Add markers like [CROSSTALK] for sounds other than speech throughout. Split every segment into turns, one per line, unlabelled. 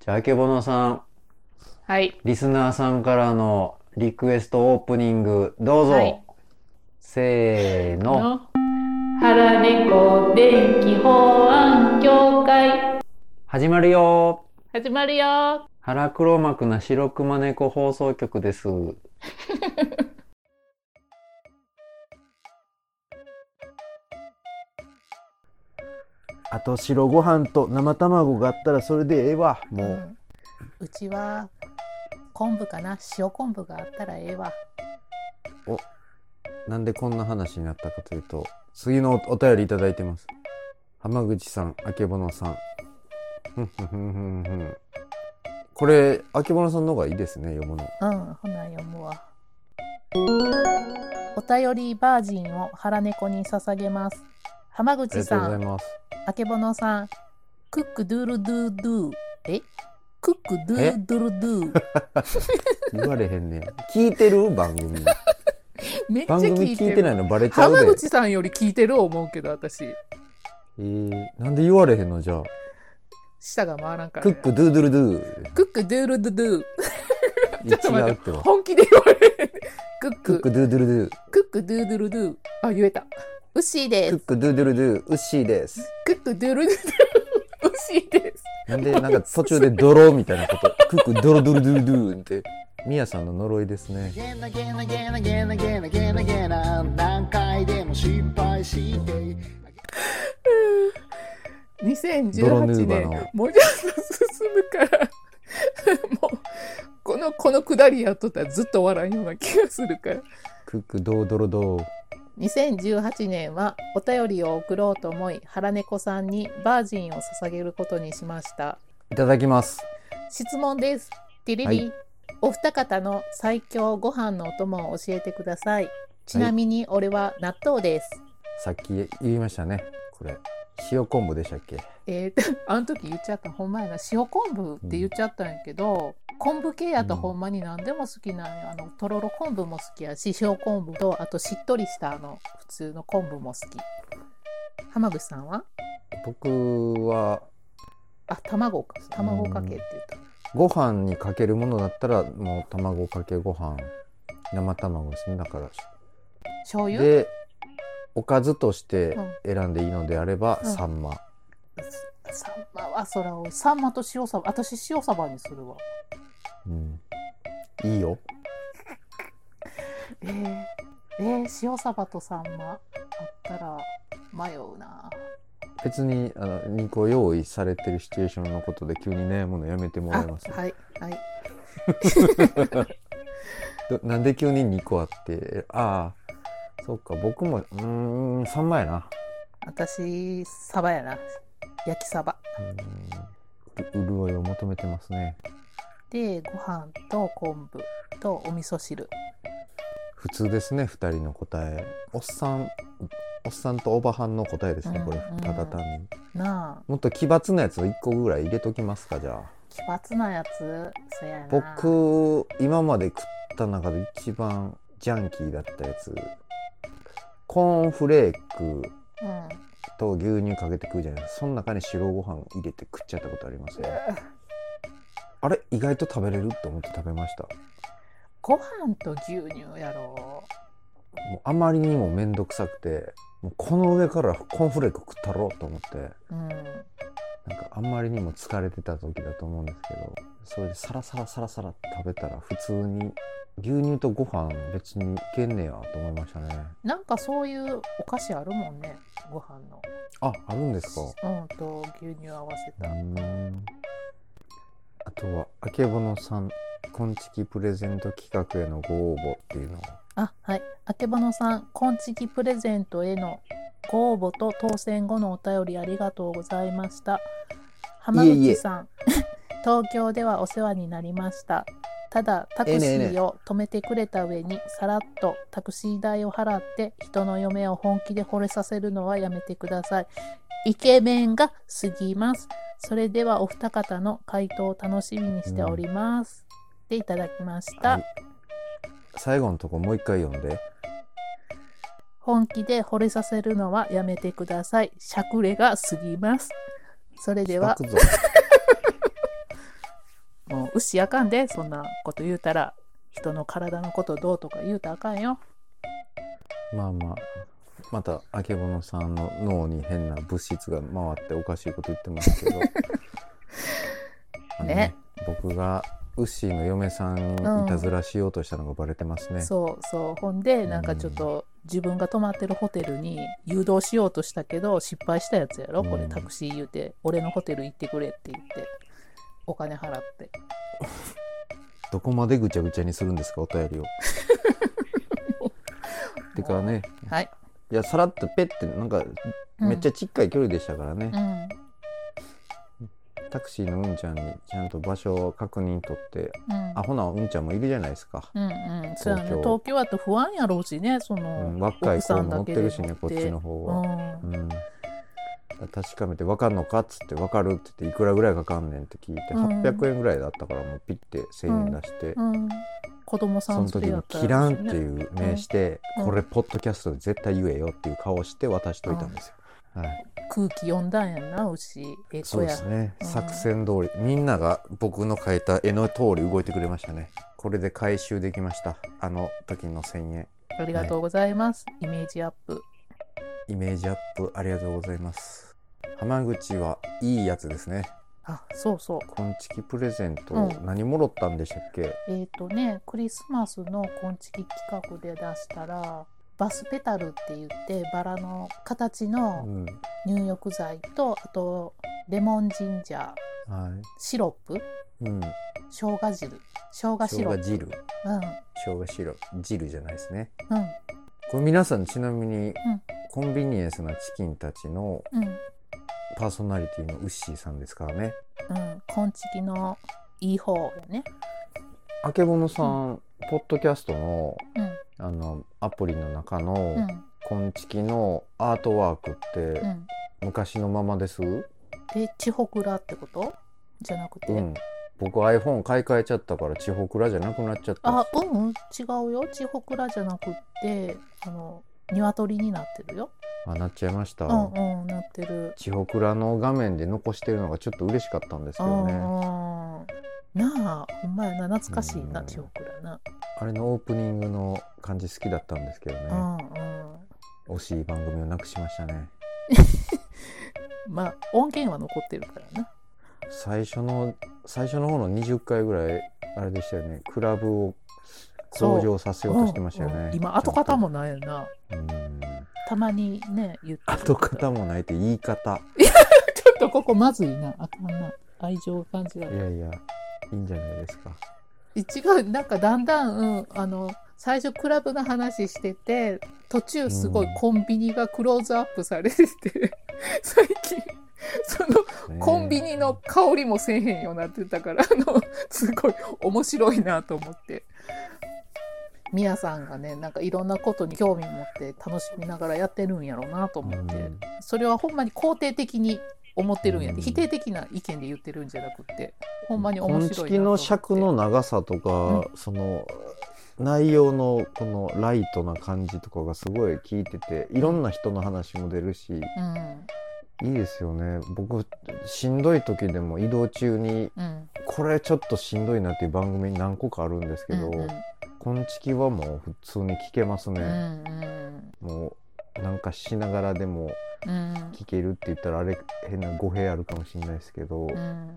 じゃあ、あけぼのさん、
はい。
リスナーさんからのリクエストオープニング、どうぞ。
はい
せーの。
の原猫電気法案協会
始まるよ
始まるよ。
腹黒幕な白熊猫放送局です。
[LAUGHS] あと白ご飯と生卵があったらそれでええわもう
うちは昆布かな塩昆布があったらええわ
なんでこんな話になったかというと、次のおお便りいただいてます。浜口さん、あけぼのさん。ふんふんふんふんふんこれ、あけぼのさんの方がいいですね、読むの。
うんほな読むわお便りバージンを腹猫に捧げます浜
ありがと
口
うご
さ
ざい
ん
ます。
あけぼのさんクックドゥルドゥドゥえクックドゥルドゥルドゥ
言われへんねん。聞いてる番
[LAUGHS]
組。
めっちゃ
番組
聞
聞
い
い
て
て
る
ないのバレちゃう
浜
で。
口さんより聞いてる思うけど私
えー、なんで言われへんのじゃあ。
舌が回らんから
ク
や
ックドゥドゥルドゥ。
クックドゥルドゥドゥ
い
[LAUGHS] ちょっと
や
待
違う
っ
って
て
ば。
本気で言われるクッ
ク
ク
ックドゥドゥルドゥ。
クックドゥドゥルドゥあ言えたウッシーです
クックドゥドゥルドゥ。ウッシーです。
クックドゥルドゥル美味しいです。
なんで、なんか途中で泥みたいなこと。
[LAUGHS]
クックドロドロドロドゥって。ミヤさんの呪いですね。
ゲナゲナゲナゲナゲナゲナゲナ何回でも失敗して
泥ヌー
2018
バの
年、もうちょっと進むから、もう、この、このくだりやっとったらずっと笑いような気がするから。
クックドードロドー。
2018年はお便りを送ろうと思い、腹猫さんにバージンを捧げることにしました。
いただきます。
質問です。ティリリ、
はい
お二方の最強ご飯のお供を教えてください。ちなみに俺は納豆です。
さっき言いましたね。これ。塩昆布でしたっけ
えー、 [LAUGHS] とあの時言っちゃったほんまやな塩昆布って言っちゃったんやけど、昆布系やとほんまに何でも好きなんやあのとろろ昆布も好きやし塩昆布とあとしっとりしたあの普通の昆布も好き浜口さんは
僕は、
あ卵か卵かけって言った、
ご飯にかけるものだったら、もう卵かけご飯。生卵ですね。だから。
醤油
で、おかずとして選んでいいのであれば、
うん
サンマ。
サンマはそらおいサンマと塩サバ私塩サバにするわ
うん。いいよ。
えー、えー塩サバとサンマあったら迷うな
別にあの2個用意されてるシチュエーションのことで急に悩むのやめてもら
あ
えます
はいはい
どなんで急に2個あってああそうか僕もうーん3枚やな
私サバやな焼きサバ
うーんう潤いを求めてますね
でご飯と昆布とお味噌汁
普通ですね2人の答えおっさんおっさんとおばはんの答えですねこれ
うんうん
ただ単に
なあ
もっと奇抜なやつを1個ぐらい入れときますかじゃあ
奇抜なやつそやな
僕今まで食った中で一番ジャンキーだったやつコーンフレーク
うん
と牛乳かけて食うじゃないですかその中に白ご飯入れて食っちゃったことありますねあれ意外と食べれると思って食べました
ご飯と牛乳やろ
もうあまりにも面倒くさくてもうこの上からコーンフレーク食ったろうと思って
うん
なんかあんまりにも疲れてた時だと思うんですけどそれでサラサラサラサラって食べたら普通に牛乳とご飯別にいけんねやと思いましたね
なんかそういうお菓子あるもんねご飯の
ああるんですか
うんと牛乳合わせ
う
た、
ーんあとはあけぼのさん「こんちきプレゼント企画へのご応募」っていうのを
あはいあけぼのさんこんちきプレゼントへのご応募と当選後のお便りありがとうございました浜口さん [LAUGHS] 東京ではお世話になりましたただタクシ
ええねえねえ
ーを止めてくれた上にさらっとタクシー代を払って人の嫁を本気で惚れさせるのはやめてくださいイケメンが過ぎますそれではお二方の回答を楽しみにしております、でいただきました、
はい最後のとこもう一回読んで
本気で惚れさせるのはやめてください。しゃくれが過ぎます。それでは
書、くぞ
もう牛あかんでそんなこと言うたら人の体のことどうとか言うたらあかんよ
まあまあまたあけぼのさんの脳に変な物質が回っておかしいこと言ってますけ
[LAUGHS]
どあの
ね
僕がウッシーの嫁さんにいたずらしようとしたのがバレてますね、
そうそうほんでなんかちょっと自分が泊まってるホテルに誘導しようとしたけど失敗したやつやろこれ
うん
タクシー言うて俺のホテル行ってくれって言ってお金払って
どこまでぐちゃぐちゃにするんですかお便り
[LAUGHS]
をてかね
はい、
いやさらっとペッてなんか
うん
めっちゃちっかい距離でしたからね、
うん
タクシーのうんちゃんにちゃんと場所を確認取って
うん
アホなうんちゃんもいるじゃないですか、
うんうん、そうや
東
ね
京
東京やと不安やろうしねその、
うん、若い子も乗ってるしねこ
奥
っ
さんだけで
ちの方は、
う
うんん、確かめて「分かんのか?」っつって「分かる」って言って「いくらぐらいかかんねん」って聞いて、
うん
800円ぐらいだったからもうピッて1,000円出して、
うん、子供さ
そ
ん
の
好
時
き
に
だ
「
った
キラン」って
う
いう名して、
うん
これポッドキャストで絶対言えよっていう顔して渡しといたんですよ。はい、
空気読んだんやな牛ええ
そ
子
うで
や
すね、
うん
作戦通りみんなが僕の描いた絵の通り動いてくれましたねこれで回収できましたあの時の1,000円
ありがとうございます、イメージアップ
イメージアップありがとうございます浜口はいいやつですね
あそうそう
こんちきプレゼント、
うん
何もろったんでしたっけ
えっ、とねクリスマスの昆虫企画で出したらバスペタルって言ってバラの形
う
の
ん
入浴剤とあとレモンジンジャー
は
シロップ
いうん
生姜汁生姜シ
生
ロ
姜
ップ
汁
うん
生姜汁汁じゃないですね
うん
これ皆さんちなみに、コンビニエンスなチキンたちの
うん
パーソナリティのウッシーさんですからね
うん昆虫のいい方やね
あけぼのさん、ポッドキャストの
うん
あのアプリの中
う
の
ん
こんちきのアートワークって
うん
昔のままです、
で地ほくらってことじゃなくて、
うん、僕 iPhone 買い替えちゃったから地方クラじゃなくなっちゃった
あうん違うよ地ほくらじゃなくってあの鶏になってるよ
あなっちゃいました、
うんうんなってる
地方クラの画面で残してるのがちょっと嬉しかったんですけ
う
ど
んう
ね
んなあほんまやな懐かしいな
うん
地ほくらな
あれのオープニングの感じ好きだったんですけど
う
ね
んうん
惜しい番組をなくしましたね
まあ音源は残ってるからな
最初の最初の方の20回ぐらいあれでしたよねクラブを
そう
向上させようとしてましたよ
うん
ね
うん今跡形もないよな
うん
たまにね言ってる
跡形もないって言い方
[LAUGHS] ちょっとここまずいなあかんな愛情を感じられ
いやいやいいんじゃないですか
一応なんかだんだん、うん、あの最初クラブの話してて途中すごいコンビニがクローズアップされてて、 [LAUGHS] 最近その
ね
コンビニの香りもせえへんようになってたからあの [LAUGHS] すごい面白いなと思って。みやさんがねなんかいろんなことに興味持って楽しみながらやってるんやろうなと思って、
うん
それはほんまに肯定的に思ってるんやで、
うん
否定的な意見で言ってるんじゃなくってほんまに
この
面白いなと思っ
月
て
の尺の長さとか、その内容のこのライトな感じとかがすごい聞いてていろんな人の話も出るし
うん
いいですよね僕しんどい時でも移動中に
うん
これちょっとしんどいなっていう番組何個かあるんですけど
うんうん
「こんちき」はもう普通に聞けます
う
ね、
んうん
もうなんかしながらでも
うん
聞けるって言ったらあれ変な語弊あるかもしれないですけど、
うん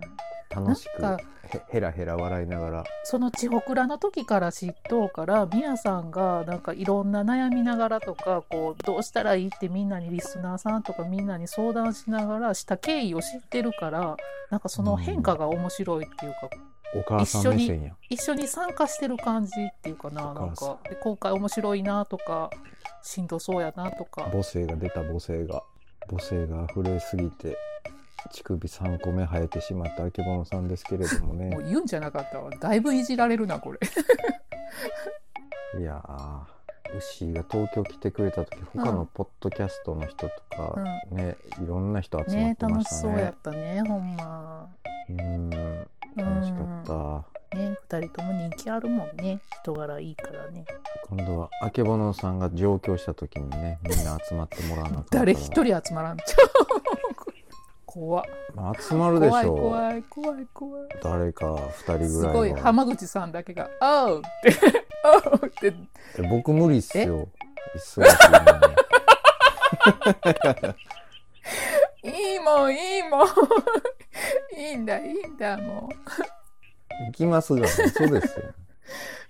楽しく
なん
へへらへら笑いながら
そのちほくらの時から知っとうからみやさんがなんかいろんな悩みながらとかこうどうしたらいいってみんなにリスナーさんとかみんなに相談しながらした経緯を知ってるからなんかその変化が面白いっていうか、
お母さ
一緒
ん
に
目線やん。
一緒に参加してる感じっていうかな
お
なん
母さん
かで今回面白いなとかしんどそうやなとか
母性が出た母性が母性が溢れすぎて乳首3個目生えてしまったあけぼのさんですけれどもね
[LAUGHS] もう言うんじゃなかったわだいぶいじられるなこれ。
いやーウッシーが東京来てくれた時他のポッドキャストの人とか、ねいろんな人集まっ
ね
てま
楽
し
したそうや
ね
ったねほんま。
うん楽しかった
うんね2人とも人気あるもんね人柄いいからね
今度はあけぼのさんが上京した時にねみんな集まってもらわなかったら
誰一人集まらんちゃうこ [LAUGHS] 怖っ
まあ集まるでし
怖い
ょう。
怖い怖い怖い
誰か2人
す
ぐらいは
ごい浜口さんだけが「おう!」って [LAUGHS] 「おう!」って
え僕無理っすよ。忙しいのに
いいもんいいもんいいん [LAUGHS] だいいんだも
行きますが、そうですよ。
う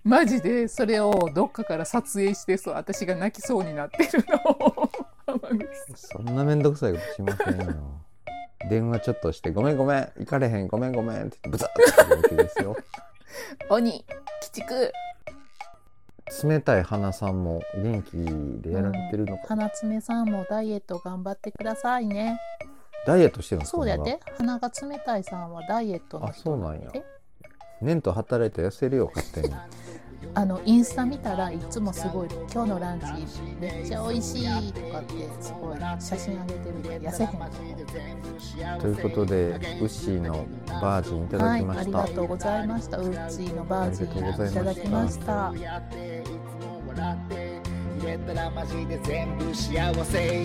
マジでそれをどっかから撮影してそう私が泣きそうになってるの [LAUGHS] を浜口さん
そんなめんどくさいことしませんよ。電話ちょっとして、ごめんごめん、行かれへん、ごめんごめんって言って、ブザッて言うわけですよ。
鬼鬼畜
冷たい花さんも元気でやられてるのか。
花爪さんもダイエット頑張ってくださいね
ダイエットしてるんですか
そうや
ま
で鼻が冷たいさんはダイエットの
あ、
人
そうなんや
え。
年と働いて痩せるよ、勝手に。
あのインスタ見たらいつもすごい「今日のランチめっちゃ美味しい」とかってすごい写真あげてるけど痩せへん
ということで、ウッシーのバージンいた
は
だき
い
ま
あ
し
り
た。
がとうございましたうっちーのバージン
ありがとうございまし
い
た
ただきました
やっていつも笑って入れたらマジで全部幸せ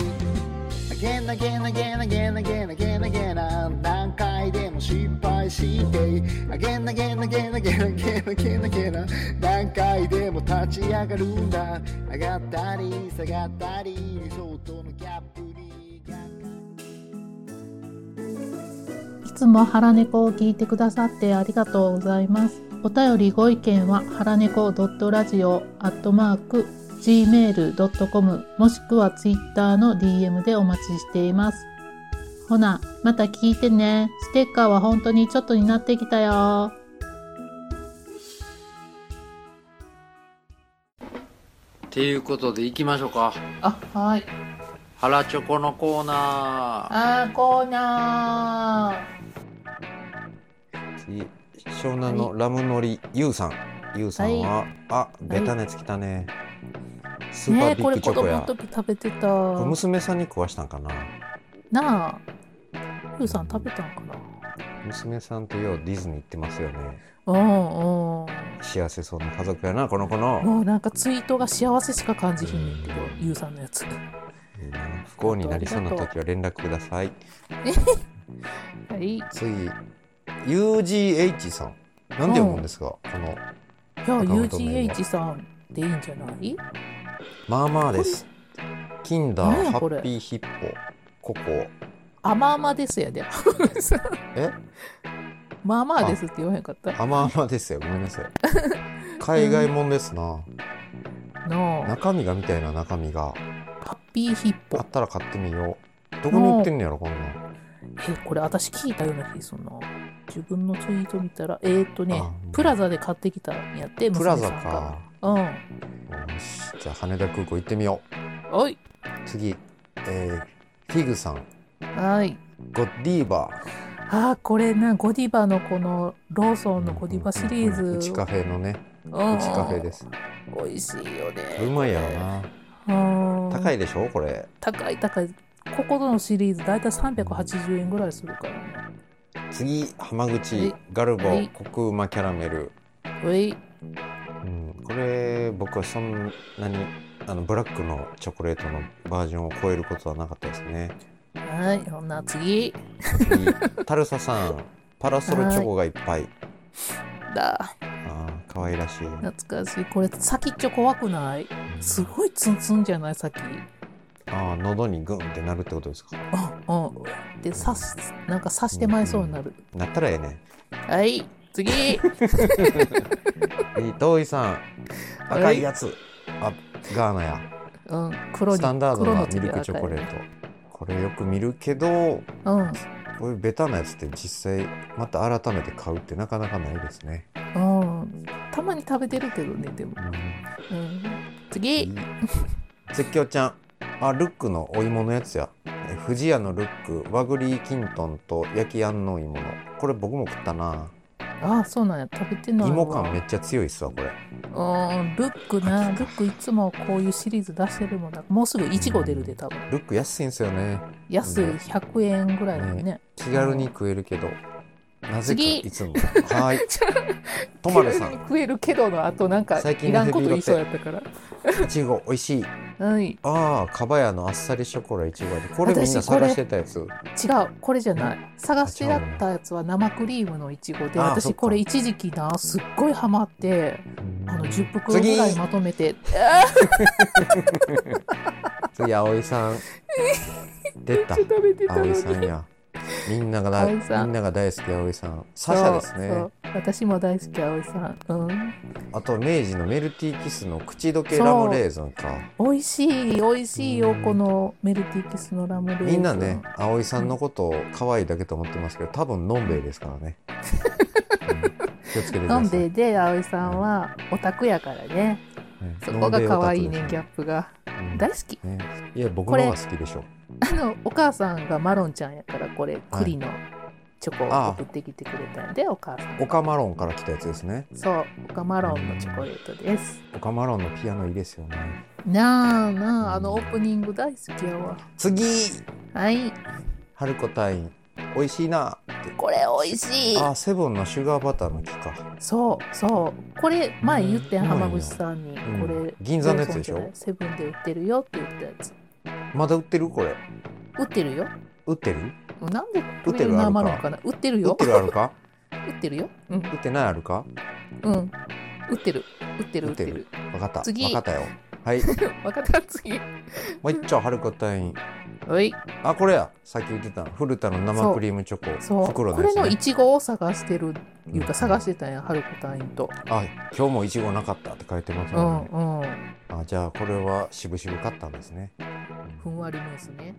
Again again again again again again again 何回でも失敗して Again again again again again again again 何回でも立ち上がるんだ上がったり下がったり理想とのギャップに
いつも腹猫を聞いてくださってありがとうございます。お便りご意見は、腹猫 .radio.gmail.com もしくは Twitter の DM でお待ちしています。ほな、また聞いてね。ステッカーは本当にちょっとになってきたよ。
ていうことで行きましょうか
あ、はい。
腹チョコのコーナ
あー、コーナ
次湘南のラムノリ、ゆうさんゆうさんは、あベタなやつ来たね、スーパービッグチョコや、これ
食べてた。
娘さんに食わしたんかな
なあ、ふうさん食べたんかな
娘さんとようディズニー行ってますよね
うんうん。
幸せそうな家族やなこの子の
もうなんかツイートが幸せしか感じひんねんけど、ゆうさんのやつ。
いいな不幸になりそうな時は連絡ください
はい。いや、
次 UGH さんなんで読むんですかこのカウント名も
UGH さんでいいんじゃない
まあまあですキンダ
何
ー
や
ハ
これ
ッピーヒッポココ
あまあまですやで。
え
まあまあですって言わへんかった。
あまあまあですよごめんなさい海外もんですな、
のハ
中身がみたいな中身が
ッピーヒッ
あ
ポ
っ。たら買ってみようどこに売ってんねやろこんなん
え、これ私聞いたような気すんな。自分のツイート見たら、えー、っとね
あ、
プラザで買ってきたんやって、
プラザ
娘さんが
か
うん。
よしじゃあ羽田空港行ってみよ
おい。
う次えー、フィグさん
はい。
ゴッディーバ
ああ、これな、ゴディバのこのローソンのゴディバシリーズ。
うちカフェのね
う
うんちカフェです
美味しいよ
う
ね。
まいやろな
うん
高いでしょこれ
高い高いここのシリーズだいたい380円ぐらいするからね
次浜口
はい
ガルボ
はい
コクうまキャラメル、
うい
うん、これ僕はそんなにあのブラックのチョコレートのバージョンを超えることはなかったですね
はいほんなら次
次タルサさんパラソルチョコがいっぱい
だ
ああ、可愛らしい。
懐かしいこれ先っちょ怖くないすごいツンツンじゃない先
ああ、喉にグンってなるってことですか。
うんうんで刺すなんか刺してまいそうになる、
なったらええね。
はい次
いい、遠いさん。赤いやつ。あ、ガーナや。
うん黒に
スタンダード
黒
な
の
ミ
次
ル
は
ク
赤
チ
い
ョコレート。これよく見るけど、こういうベタなやつって実際また改めて買うってなかなかないですね。
うんうんたまに食べてるけどねでも、
うん
うん、
い
次
い絶叫ちゃん。あ、ルックのお芋のやつや。え不二家のルック、和栗きんとんと焼きあんの芋の。これ僕も食ったな。
ああそうなんや食べてないわ
芋感めっちゃ強いっすわ、これ。
うん、ルックな、ル
秋か
ックいつもこういうシリーズ出してるもんな。もうすぐイチゴ出るで、多分。
ルック安いんですよね。
安い100円ぐらいだよね。
気軽に食えるけど、なぜか
次
いつも。はーい。
[LAUGHS]
とまるさ
急に
ん、
食えるけどの後なんか
最近
い
の
らん
ヘビ
こ
ー
と
ロテ
言いそうやったから。
いちご美味しい。
はい。違う。
ああ、かばやのあっさりショコラ1割。これみんな
私これ
探してたやつ。
これじゃない。探してだったやつは生クリームのいちごで、
あそっか
私これ一時期な、すっごいハマって、あの、10袋ぐらいまとめて、
次、葵さ
[LAUGHS]
ん。出た。
食べてたの
葵
に。
さんや。みんながな、み
葵さん
んなが大好き葵さん。サ
そう
シャですね
そう。私も大好き、葵さん。うん。
あと、明治のメルティーキスの口どけラムレーズンか。
美味しい、美味しいよ
う、ん
このメルティーキスのラムレーズン。
みんなね、葵さんのことを可愛いだけと思ってますけど、多分のんべいですから
[LAUGHS]
ね。うん気をつけてく
飲
だ
ん
さい。
でで、葵さんはオタクやからね。
はい
そこが可愛いね、
のん
ギ
べ
ャ
オ
ップが。
タクですうん
大好き。
ね、いや僕
こ
の
れ
方が好きでしょ
あの、お母さんがマロンちゃんやから、これ、栗のチョコ
ああ
を送ってきてくれたんで、お母さん。
オカマロンから来たやつですね
そう、オカマロンのチョコレートです。
オカマロンのピアノいいですよね
なあなあ、あのオープニング大好きやわ。
次
はい、
春子隊員美味しいなって
これ美味しい。
あセブンのシュガーバターの木か
そうそう、これ前言ってん、
うん
浜口さんに、
うん
これ。
銀座のやつでし
ローソン
ょ
じゃないセブンで売ってるよって言ったやつ。
まだ売ってるこれ
売ってるよ。
売ってる
なんで
売ってるあるか
マロンかな売ってる
売
よ
っ。てるあるか
売ってるよ。うん
売ってないあるか
うん。売ってる。売ってる売って
売っ
る。
わかった
次
わかったよはい
わかった次。
もう一丁春子隊員
はい。
あこれやさっき言ってた古田の生クリームチョコ
そう。
袋
こ
の
れの
やつ、
い
ね、
ちごを探してるいう
う
か
ん
探してたんや、春子隊員と。
あ今日もいちごなかったって書いてます
う
もん
ん
ね、
うん。
あじゃあこれはしぶしぶ買ったんですね
ふんわりムースね。